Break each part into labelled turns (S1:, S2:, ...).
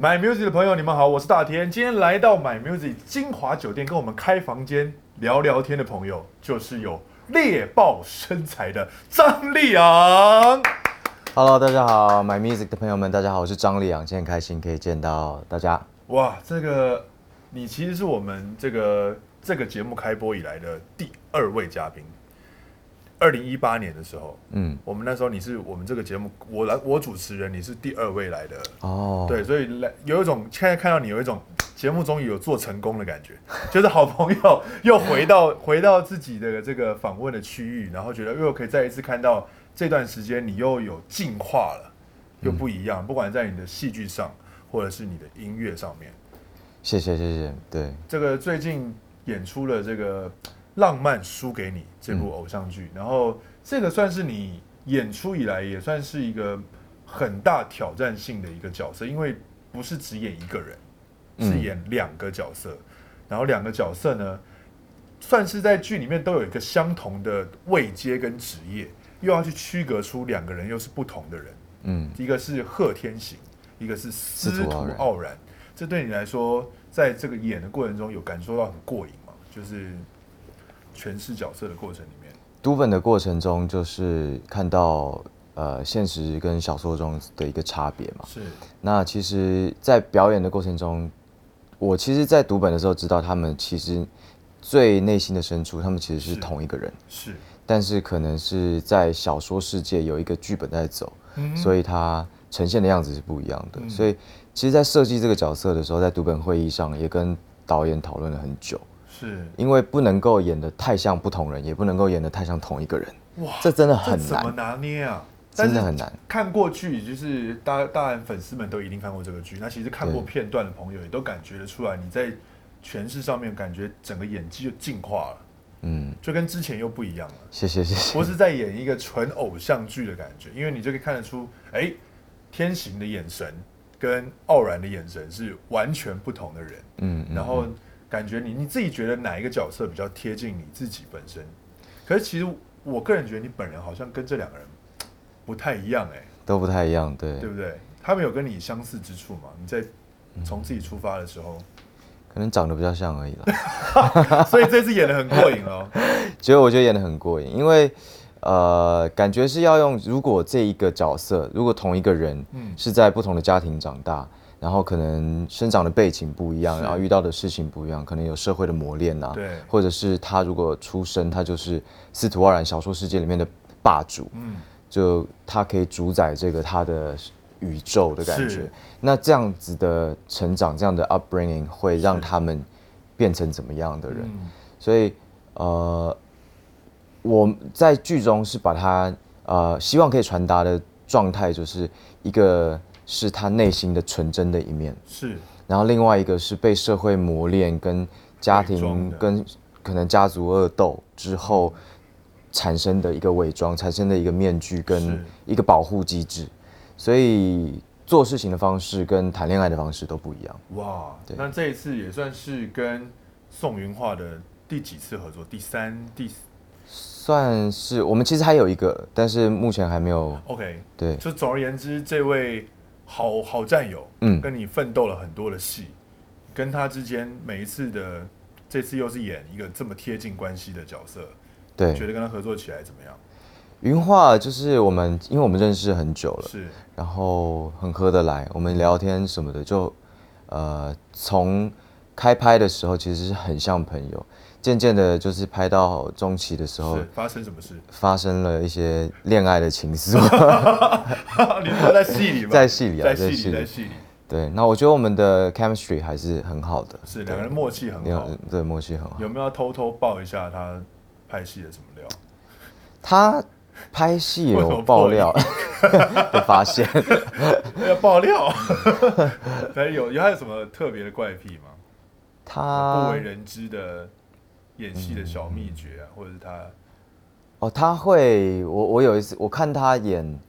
S1: My Music 的朋友，你们好，我是大天。今天来到 My Music 金华酒店，跟我们开房间聊聊天的朋友，就是有猎豹身材的张立昂。
S2: Hello，大家好，My Music 的朋友们，大家好，我是张立昂，今天很开心可以见到大家。
S1: 哇，这个你其实是我们这个这个节目开播以来的第二位嘉宾。二零一八年的时候，
S2: 嗯，
S1: 我们那时候你是我们这个节目，我来我主持人，你是第二位来的。
S2: 哦，
S1: 对，所以来有一种现在看到你有一种节目终于有做成功的感觉， 就是好朋友又回到 回到自己的这个访问的区域，然后觉得又可以再一次看到这段时间你又有进化了，又不一样，不管在你的戏剧上或者是你的音乐上面，
S2: 谢谢谢谢，对，
S1: 这个最近演出了这个《浪漫输给你》这部偶像剧，然后这个算是你演出以来也算是一个很大挑战性的一个角色，因为不是只演一个人，
S2: 嗯
S1: 是演两个角色，然后两个角色呢，算是在剧里面都有一个相同的位阶跟职业，又要去区隔出两个人又是不同的人，
S2: 嗯，
S1: 一个是贺天行，一个是司
S2: 司
S1: 徒
S2: 徒傲然
S1: 傲然。这对你来说，在这个演的过程中，有感受到很过瘾吗？就是诠释角色的过程里面，
S2: 读本的过程中就是看到呃现实跟小说中的一个差别嘛。
S1: 是
S2: 那其实，在表演的过程中，我其实，在读本的时候知道他们其实最内心的深处，他们其实
S1: 是
S2: 是同一个人，
S1: 是，
S2: 但是可能是在小说世界有一个剧本在走，
S1: 嗯
S2: 所
S1: 以
S2: 以它呈现的样子是不一样的。
S1: 嗯
S2: 所以其实，在设计这个角色的时候，在读本会议上也跟导演讨论了很久，
S1: 是
S2: 因为不能够演的太像不同人，也不能够演的太像同一个人，
S1: 哇，
S2: 这真的很
S1: 这怎么
S2: 难，
S1: 拿捏啊？
S2: 真的很难。
S1: 看过剧，就是大大然粉丝们都一定看过这个剧。那其实看过
S2: 对
S1: 片段的朋友也都感觉得出来，你在诠释上面感觉整个演技就进化了，
S2: 嗯，
S1: 就跟之前又不一样了。
S2: 谢谢谢谢
S1: 不。是在演一个纯偶像剧的感觉，因为你就可以看得出，哎、天行的眼神跟傲然的眼神是完全不同的人，
S2: 嗯，嗯
S1: 然后感觉你你自己觉得哪一个角色比较贴近你自己本身？可是其实我个人觉得你本人好像跟这两个人不太一样、哎，
S2: 都不太一样，对。
S1: 对不对？他们有跟你相似之处吗？你在
S2: 嗯
S1: 从自己出发的时候，
S2: 可能长得比较像而已啦，
S1: 所以这次演的很过瘾 哦。
S2: 结果我觉得演的很过瘾，因为呃，感觉是要用，如果这一个角色，如果同一个人，
S1: 嗯
S2: 是在不同的家庭长大，然后可能生长的背景不一样，
S1: 是
S2: 然后遇到的事情不一样，可能有社会的磨练啊，
S1: 对
S2: 或者是他如果出生，他就是司徒傲然小说世界里面的霸主，
S1: 嗯，
S2: 就他可以主宰这个他的宇宙的感觉
S1: 是。
S2: 那这样子的成长，这样的 upbringing 会让
S1: 是
S2: 他们变成怎么样的人？
S1: 嗯
S2: 所以呃，我在剧中是把他呃希望可以传达的状态，就是一个是他内心的纯真的一面，
S1: 是
S2: 然后另外一个是被社会磨练跟家
S1: 伪装
S2: 庭
S1: 的
S2: 跟可能家族恶斗之后产生的一个伪装，产生的一个面具跟
S1: 是
S2: 一个保护机制，所以做事情的方式跟谈恋爱的方式都不一样。
S1: 哇，
S2: 对
S1: 那这一次也算是跟宋云画的第几次合作？第三、第四
S2: 算是我们其实还有一个，但是目前还没有
S1: OK。
S2: 对。
S1: 就总而言之，这位好好战友，
S2: 嗯
S1: 跟你奋斗了很多的戏，跟他之间每一次的，这次又是演一个这么贴近关系的角色，
S2: 对，
S1: 觉得跟他合作起来怎么样？
S2: 云画就是我们，因为我们认识很久了，
S1: 是
S2: 然后很合得来，我们聊天什么的就，呃，从开拍的时候其实是很像朋友，渐渐的就是拍到中期的时候
S1: 是，，发生什么事？
S2: 发生了一些恋爱的情愫。
S1: 嗯你说在戏里吗？
S2: 在戏里啊
S1: 在戏
S2: 在戏
S1: 里，
S2: 里
S1: 在戏里，
S2: 对，那我觉得我们的 chemistry 还是很好的，
S1: 是两个人默契很
S2: 对嗯
S1: 好。
S2: 对，默契很好。
S1: 有没有要偷偷爆一下他拍戏的什么料？
S2: 他拍戏
S1: 为什么
S2: 有
S1: 破
S2: 爆料 被发现，
S1: 要爆料，还有有还有什么特别的怪癖吗？不
S2: 他
S1: 为人知的演戏的小秘诀啊，
S2: 嗯
S1: 或者是他
S2: 哦，他会，我我有一次我看他演，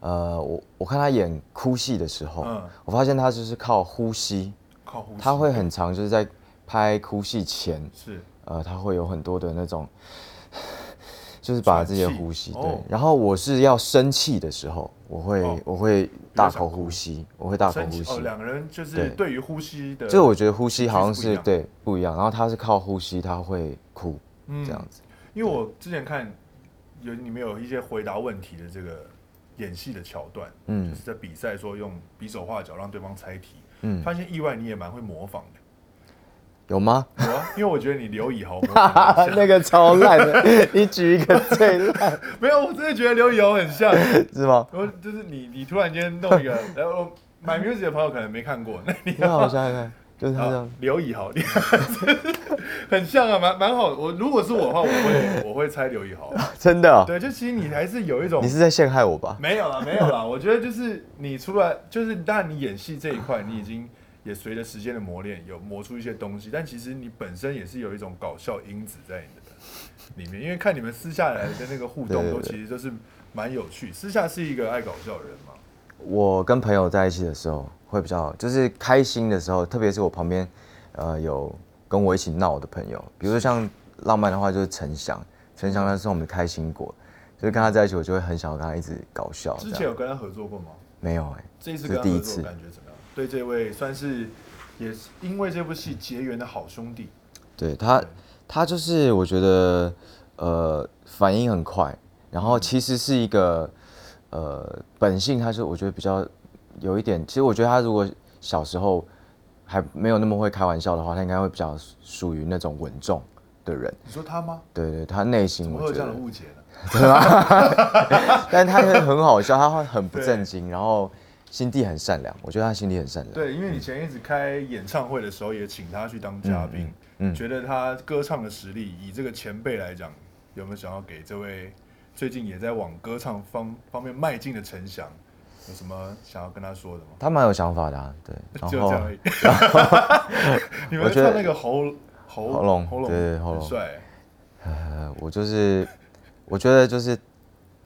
S2: 呃，我我看他演哭戏的时候，
S1: 嗯
S2: 我发现他就是靠呼吸，
S1: 靠呼吸，
S2: 他会很长，就是在拍哭戏前，
S1: 是
S2: 呃，他会有很多的那种，就是把自己的
S1: 喘气
S2: 呼吸，对。
S1: 哦
S2: 然后我是要生气的时候，我会、
S1: 哦
S2: 我会大口呼吸，我会大口
S1: 身
S2: 呼
S1: 体哦，
S2: 吸。
S1: 两个人就是
S2: 对
S1: 对于呼吸的，
S2: 这个我觉得呼吸好像
S1: 其实不一
S2: 是
S1: 样
S2: 对不一样，然后他是靠呼吸，他会哭
S1: 嗯
S2: 这样子。
S1: 因为我之前看有你们有一些回答问题的这个演戏的桥段，
S2: 嗯
S1: 就是在比赛说用比手画脚让对方猜题，
S2: 嗯，
S1: 发现意外你也蛮会模仿的，
S2: 有吗？
S1: 有啊，因为我觉得你刘以豪模 仿得很哦像，
S2: 那个超 烂的，你举一个最烂
S1: 没有，我真的觉得刘以豪很像，
S2: 是 吗？
S1: 我就是你你突然间弄一 个，然后 My Music 的朋友可能没看过，那你
S2: 那我想想 看，就是他这
S1: 好
S2: 样，
S1: 刘以豪，你 很像啊，蛮蛮好，我如果是我的话，我会我会猜刘以 豪，
S2: 真的哦、
S1: 对，就其实你还是有一种
S2: 你是在陷害我吧？
S1: 没有啦，啊没有啦。我觉得就是你出来，就是当然你演戏这一块，你已经 也随着时间的磨练，有磨出一些东西。但其实你本身也是有一种搞笑因子在你的里面，因为看你们私下来的那个互动，
S2: 对
S1: 都
S2: 对对
S1: 其实都是蛮有趣。私下是一个爱搞笑的人嘛，
S2: 我跟朋友在一起的时候会比较，就是开心的时候，特别是我旁边，呃，有跟我一起闹的朋友，比如说像浪漫的话就是陈翔，陈翔那是我们的开心果，就是跟他在一起，我就会很想要跟他一直搞笑。
S1: 之
S2: 这
S1: 前
S2: 样
S1: 有跟他合作过吗？
S2: 没有哎、
S1: 这一次
S2: 这
S1: 跟他
S2: 是第
S1: 合
S2: 一
S1: 作
S2: 次
S1: 感觉怎么样？对这位算是也是因为这部戏结缘的好兄弟，
S2: 对他，他就是我觉得，呃，反应很快，然
S1: 嗯
S2: 后其实是一个，呃，本性他是我觉得比较有一点，其实我觉得他如果小时候还没有那么会开玩笑的话，他应该会比较属于那种稳重的人。
S1: 你说他吗？
S2: 对对，他内
S1: 怎
S2: 心
S1: 么
S2: 我
S1: 会有
S2: 觉
S1: 这样
S2: 得
S1: 的，误解呢？
S2: 但他 会很好笑，他会很不
S1: 对
S2: 正经，然后心地很善良，我觉得他心地很善良。
S1: 对，因为你前一直开演唱会的时候也请他去当嘉宾，
S2: 嗯嗯嗯
S1: 觉得他歌唱的实力，以这个前辈来讲，有没有想要给这位最近也在往歌唱方方面迈进的陈翔，有什么想要跟他说的吗？
S2: 他蛮有想法的、啊，对。 然
S1: 就这
S2: 后
S1: 样而已。 你们
S2: 我觉
S1: 唱
S2: 得
S1: 那个喉喉
S2: 喉咙
S1: 喉咙
S2: 对对喉
S1: 很
S2: 咙
S1: 帅，
S2: 呃，我就是，我觉得就是，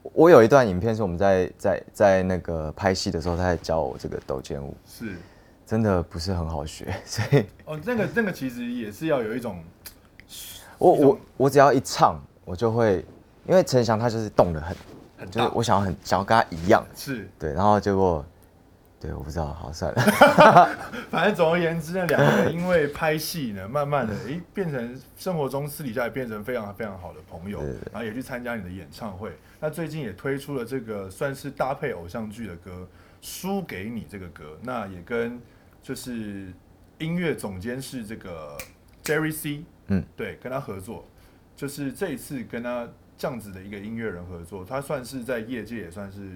S2: 我有一段影片是我们在在在那个拍戏的时候，他在教我这个抖肩舞，
S1: 是
S2: 真的不是很好学， 所以
S1: 哦，那个那个其实也是要有一种
S2: 我
S1: 一种
S2: 我我只要一唱，我就会，因为陈翔他就是动得很，
S1: 很
S2: 就是
S1: 大
S2: 我想要很想要跟他一样，
S1: 是，
S2: 对，然后结果，对，我不知道，好算了，
S1: 反正总而言之，那两个人因为拍戏呢，慢慢的，诶，变成生活中私底下也变成非常非常好的朋友
S2: 对对对，
S1: 然后也去参加你的演唱会。那最近也推出了这个算是搭配偶像剧的歌《输给你》这个歌，那也跟就是音乐总监是这个 Jerry C，
S2: 嗯，
S1: 对，跟他合作，就是这一次跟他这样子的一个音乐人合作，他算是在业界也算是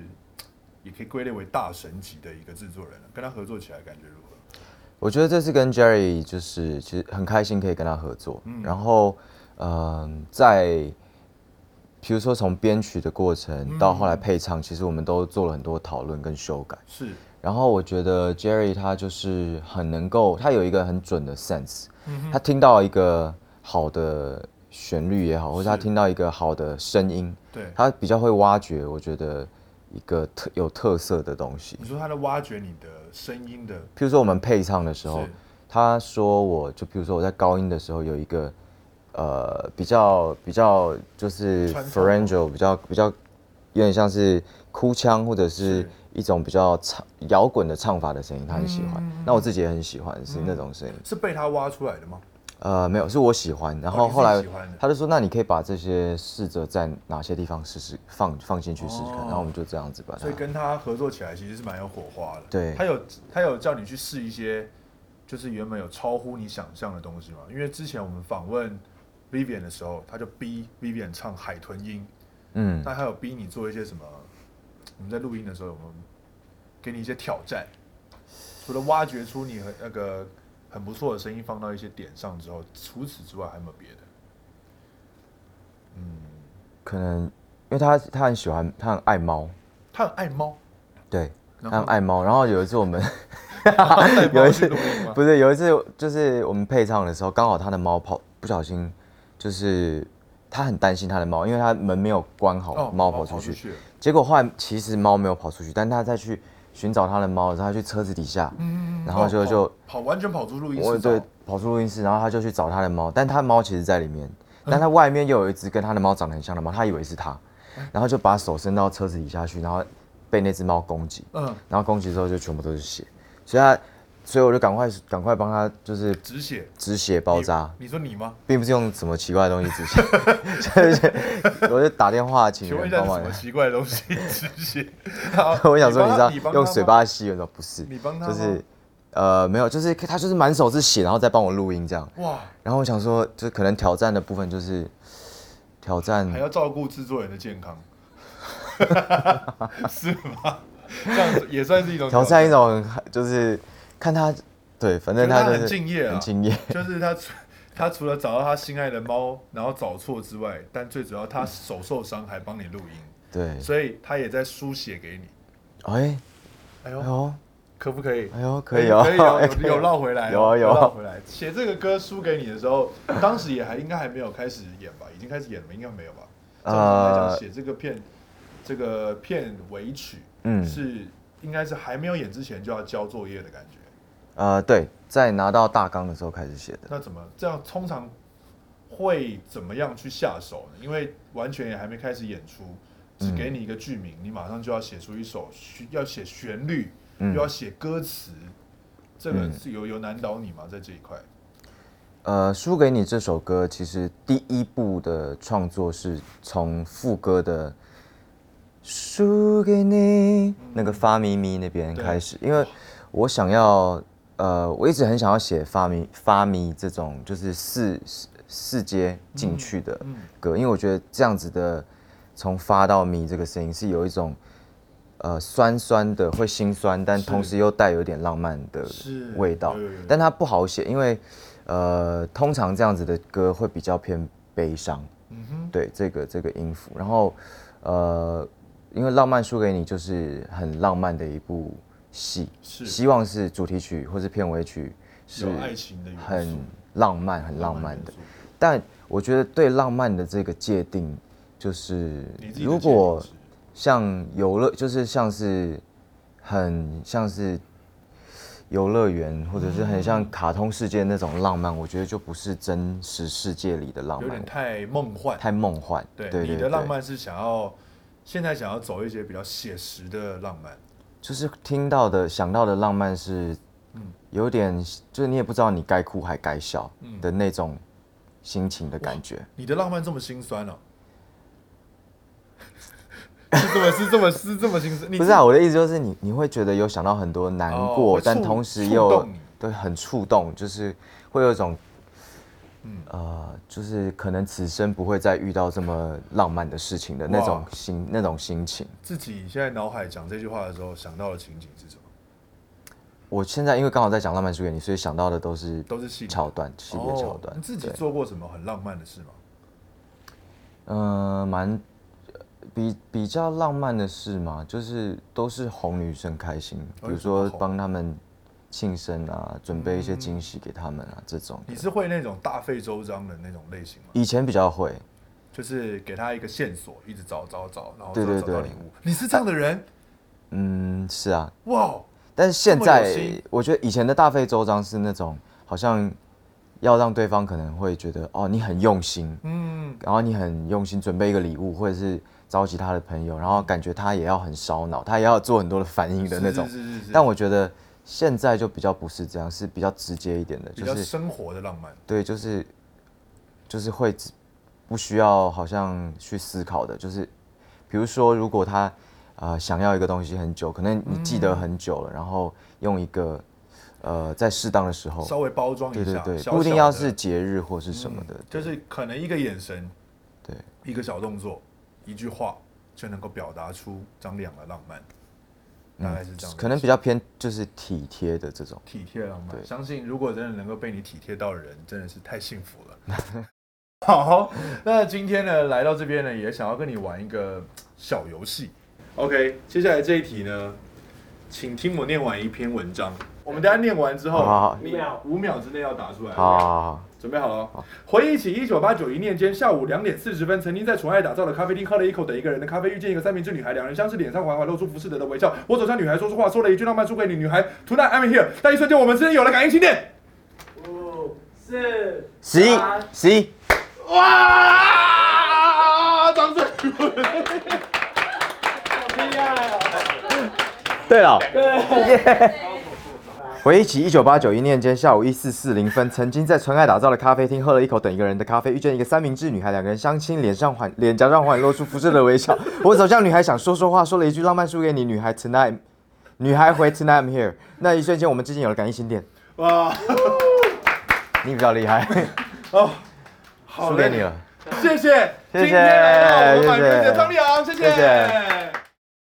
S1: 也可以归类为大神级的一个制作人了。跟他合作起来感觉如何？
S2: 我觉得这次跟 Jerry 就是其实很开心可以跟他合作，然后嗯、在比如说从编曲的过
S1: 嗯
S2: 程到后来配唱，其实我们都做了很多讨论跟修改。
S1: 是，
S2: 然后我觉得 Jerry 他就是很能够，他有一个很准的 sense，、他
S1: 嗯
S2: 听到一个好的旋律也好，或者他
S1: 是
S2: 听到一个好的声音，
S1: 对。
S2: 他比较会挖掘，我觉得一个特有特色的东西。
S1: 你说他在挖掘你的声音的
S2: 譬如说我们配唱的时候
S1: 是，
S2: 他说我就譬如说我在高音的时候有一个呃比较比较就是
S1: 穿插
S2: pharyngeal 比较比较有点像是哭腔或者
S1: 是
S2: 是一种比较唱摇滚的唱法的声音，他很喜
S1: 嗯
S2: 欢。那我自己也很喜欢是那种声音。
S1: 是被他挖出来的吗？
S2: 呃，没有，是我喜欢。然
S1: 哦你
S2: 后
S1: 自己
S2: 后来
S1: 喜欢的
S2: 他就说，那你可以把这些试着在哪些地方试试放放进去试试看。
S1: 哦
S2: 然后我们就这样子把它
S1: 所以。跟他合作起来其实是蛮有火花的。
S2: 啊对
S1: 他有他有叫你去试一些，就是原本有超乎你想象的东西嘛。因为之前我们访问 Vivian 的时候，他就逼 Vivian 唱海豚音，
S2: 嗯，
S1: 那他有逼你做一些什么？我们在录音的时候，我们给你一些挑战，除了挖掘出你很那个很不错的声音放到一些点上之后，除此之外还有没有别的？
S2: 可能因为他他很喜欢，他很爱猫。
S1: 他很爱猫，
S2: 对，
S1: 然
S2: 他
S1: 后
S2: 很爱猫。然后有一次 我们
S1: 带
S2: 有
S1: 猫
S2: 一
S1: 去
S2: 次
S1: 录音吗？
S2: 不是有一次就是我们配唱的时候，刚好他的猫跑不小心，就是他很担心他的猫，因为他门没有关
S1: 哦
S2: 好，猫、跑出去。
S1: 去了，
S2: 结果后来其实猫没有跑出去，但他再去寻找他的猫，然后他去车子底下，然后就
S1: 哦
S2: 就
S1: 跑跑完全跑出录音
S2: 我
S1: 室
S2: 对
S1: 找，
S2: 跑出录音室，然后他就去找他的猫，但他猫其实在里面，
S1: 嗯
S2: 但他
S1: 嗯
S2: 外面又有一只跟他的猫长得很像的猫，他以为是他，然后就把手伸到车子底下去，然后被那只猫攻击，
S1: 嗯，
S2: 然后攻击之后就全部都是血，所以他，所以我就赶快赶快帮他就是
S1: 止血
S2: 止血包扎，
S1: 你。你说你吗？
S2: 并不是用什么奇怪的东西止血， 就是我就打电话请
S1: 请问
S2: 人
S1: 一下
S2: 帮
S1: 是什
S2: 忙
S1: 么。奇怪的东西 止血？好
S2: 我想说，
S1: 帮
S2: 你知
S1: 他你
S2: 道
S1: 帮
S2: 用
S1: 他
S2: 嘴
S1: 吗
S2: 巴吸，我说不是，
S1: 你帮他
S2: 就是
S1: 吗
S2: 呃没有，就是他就是满手是血，然后再帮我录音这样。
S1: 哇，
S2: 然后我想说，就可能挑战的部分就是挑战
S1: 还要照顾制作人的健康， 是吗？这样子也算是一种
S2: 挑战一种，就是看他对，反正
S1: 可是他
S2: 就
S1: 很
S2: 是
S1: 敬业啊
S2: 很敬业。
S1: 就是他除他除了找到他心爱的猫，然后找错之外，但最主要他手受伤还帮你录音，
S2: 对，
S1: 所以他也在输血给你。
S2: 哎
S1: 哎
S2: 哎
S1: 呦，
S2: 呦
S1: 可不可以？
S2: 哎呦， 可以哦，
S1: 可以哦
S2: 哎
S1: 有有绕回来
S2: 有啊
S1: 哦，
S2: 有
S1: 绕
S2: 啊，
S1: 回来。写这个歌输给你的时候，当时也还应该还没有开始演吧？已经开始演了，应该没有吧？照理来讲，
S2: 呃
S1: 写这个片这个片尾曲，
S2: 嗯
S1: 是应该是还没有演之前就要交作业的感觉。
S2: 呃，对，在拿到大纲的时候开始写的。
S1: 那怎么这样？通常会怎么样去下手呢？因为完全也还没开始演出，
S2: 嗯
S1: 只给你一个剧名，你马上就要写出一首需要写旋律，
S2: 嗯
S1: 又要写歌词，这个
S2: 嗯
S1: 是有有难倒你吗？在这一块，
S2: 呃，输给你这首歌，其实第一步的创作是从副歌的输给你那个发咪咪那边
S1: 对
S2: 开始，因为我想要，呃，我一直很想要写发咪发咪这种就是四四四阶进去的
S1: 嗯
S2: 歌，因为我觉得这样子的从发到咪这个声音是有一种。呃，酸酸的会心酸，但同
S1: 是
S2: 时又带有一点浪漫的
S1: 是
S2: 味道
S1: 有有有，
S2: 但它不好写，因为呃，通常这样子的歌会比较偏悲伤，
S1: 嗯哼，
S2: 对这个这个音符。然后呃，因为《浪漫输给你》就是很浪漫的一部戏，
S1: 是
S2: 希望是主题曲或是片尾曲是
S1: 有爱情的元素，
S2: 很浪漫、很浪漫
S1: 元
S2: 的。
S1: 素
S2: 但我觉得对浪漫的这个界定，就是
S1: 你自己的
S2: 如果
S1: 见解是
S2: 像游乐，就是像是很像是游乐园，或者是很像卡通世界那种浪漫，我觉得就不是真实世界里的浪
S1: 有点
S2: 漫，
S1: 太梦幻，
S2: 太梦幻。
S1: 对，
S2: 对
S1: 你
S2: 对
S1: 的浪
S2: 对
S1: 漫是想要现在想要走一些比较写实的浪漫，
S2: 就是听到的、想到的浪漫是，
S1: 嗯
S2: 有点就是你也不知道你该哭还该笑
S1: 嗯
S2: 的那种心情的感觉。
S1: 你的浪漫这么心酸哦、 是这么是这么是这么心酸？你
S2: 不是啊，我的意思就是你你会觉得有想到很多难
S1: 哦
S2: 过，
S1: 会
S2: 但
S1: 触
S2: 同时
S1: 触
S2: 又
S1: 动你
S2: 对很触动，就是会有一种，
S1: 嗯
S2: 呃，就是可能此生不会再遇到这么浪漫的事情的那种
S1: 哇
S2: 心那种心情。
S1: 自己现在脑海讲这句话的时候想到的情景是什么？
S2: 我现在因为刚好在讲浪漫书给你，所以想到的都是
S1: 都是戏里
S2: 桥段系列桥
S1: 哦
S2: 段。
S1: 你自己
S2: 对
S1: 做过什么很浪漫的事吗？
S2: 嗯，蛮比比较浪漫的事嘛，就是都是哄女生开心，比
S1: 哎
S2: 如
S1: 怎么
S2: 说
S1: 哄嗯
S2: 帮她们庆生啊，准备一些惊喜给她们啊，这种的。
S1: 你是会那种大费周章的那种类型吗？
S2: 以前比较会，
S1: 就是给他一个线索，一直找找找，然后
S2: 对
S1: 就
S2: 对
S1: 找到礼
S2: 对
S1: 物。你是这样的人，
S2: 嗯，是啊，
S1: 哇！
S2: 但是现
S1: 这么有
S2: 在
S1: 心
S2: 我觉得以前的大费周章是那种好像要让对方可能会觉得哦你很用心，
S1: 嗯，
S2: 然后你很用心准备一个礼物，或者是召集他的朋友，然后感觉他也要很烧脑，他也要做很多的反应的
S1: 是
S2: 那种。
S1: 是是是是
S2: 但我觉得现在就比较不是这样，是比较直接一点的，
S1: 比
S2: 就
S1: 较
S2: 是
S1: 生活的浪漫，
S2: 对，就是就是会只不需要好像去思考的，就是比如说如果他呃想要一个东西很久，可能你记得很久
S1: 嗯
S2: 了，然后用一个呃在适当的时候，
S1: 稍微包装
S2: 对
S1: 一
S2: 对
S1: 下，
S2: 对，
S1: 小
S2: 不一定
S1: 小
S2: 要
S1: 的嗯
S2: 是节日或是什么的，
S1: 就是可能一个眼神、
S2: 对。
S1: 一个小动作、一句话就能够表达出张良的浪漫，大概是这样的。
S2: 嗯可能比较偏就是体贴的这种。
S1: 体贴浪漫，
S2: 对
S1: 相信如果真的能够被你体贴到的人，真的是太幸福了。 好，那今天呢来到这边呢，也想要跟你玩一个小游戏。OK，接下来这一题呢，请听我念完一篇文章。我们等一下念完之后，
S2: 好好好
S1: 你五秒之内要答出来。
S2: 好好好，
S1: 准备好了哦！回忆起一九八九一年间下午两点四十分，曾经在纯爱打造的咖啡厅喝了一口的一个人的咖啡，遇见一个三明治女孩，两人相视，脸上缓缓露出不适得的微笑。我走向女孩说出话，说了一句浪漫输给你，女孩 Tonight I'm here。但一瞬间，我们之间有了感应心 电。
S3: 五四
S2: 十一
S3: 三
S2: 十一，
S1: 哇！掌声！
S3: 好厉害哦！
S2: 对了，
S4: 对，
S2: 回忆起一九八九一年间下午一四四零分，曾经在纯爱打造的咖啡厅喝了一口等一个人的咖啡，遇见一个三明治女孩，两个人相亲，脸上缓脸颊上缓露出辐射的微笑。我走向女孩想说说话，说了一句浪漫输给你，女孩 tonight，女孩回 tonight I'm here。那一瞬间，我们之间有了感应心电。
S1: 哇，
S2: 你比较厉害，
S1: 哦，好
S2: 输
S1: 嘞
S2: 给你了。
S1: 谢谢，
S2: 谢谢
S1: 今天来到我们满分
S2: 谢谢
S1: 的张力昂，谢
S2: 谢谢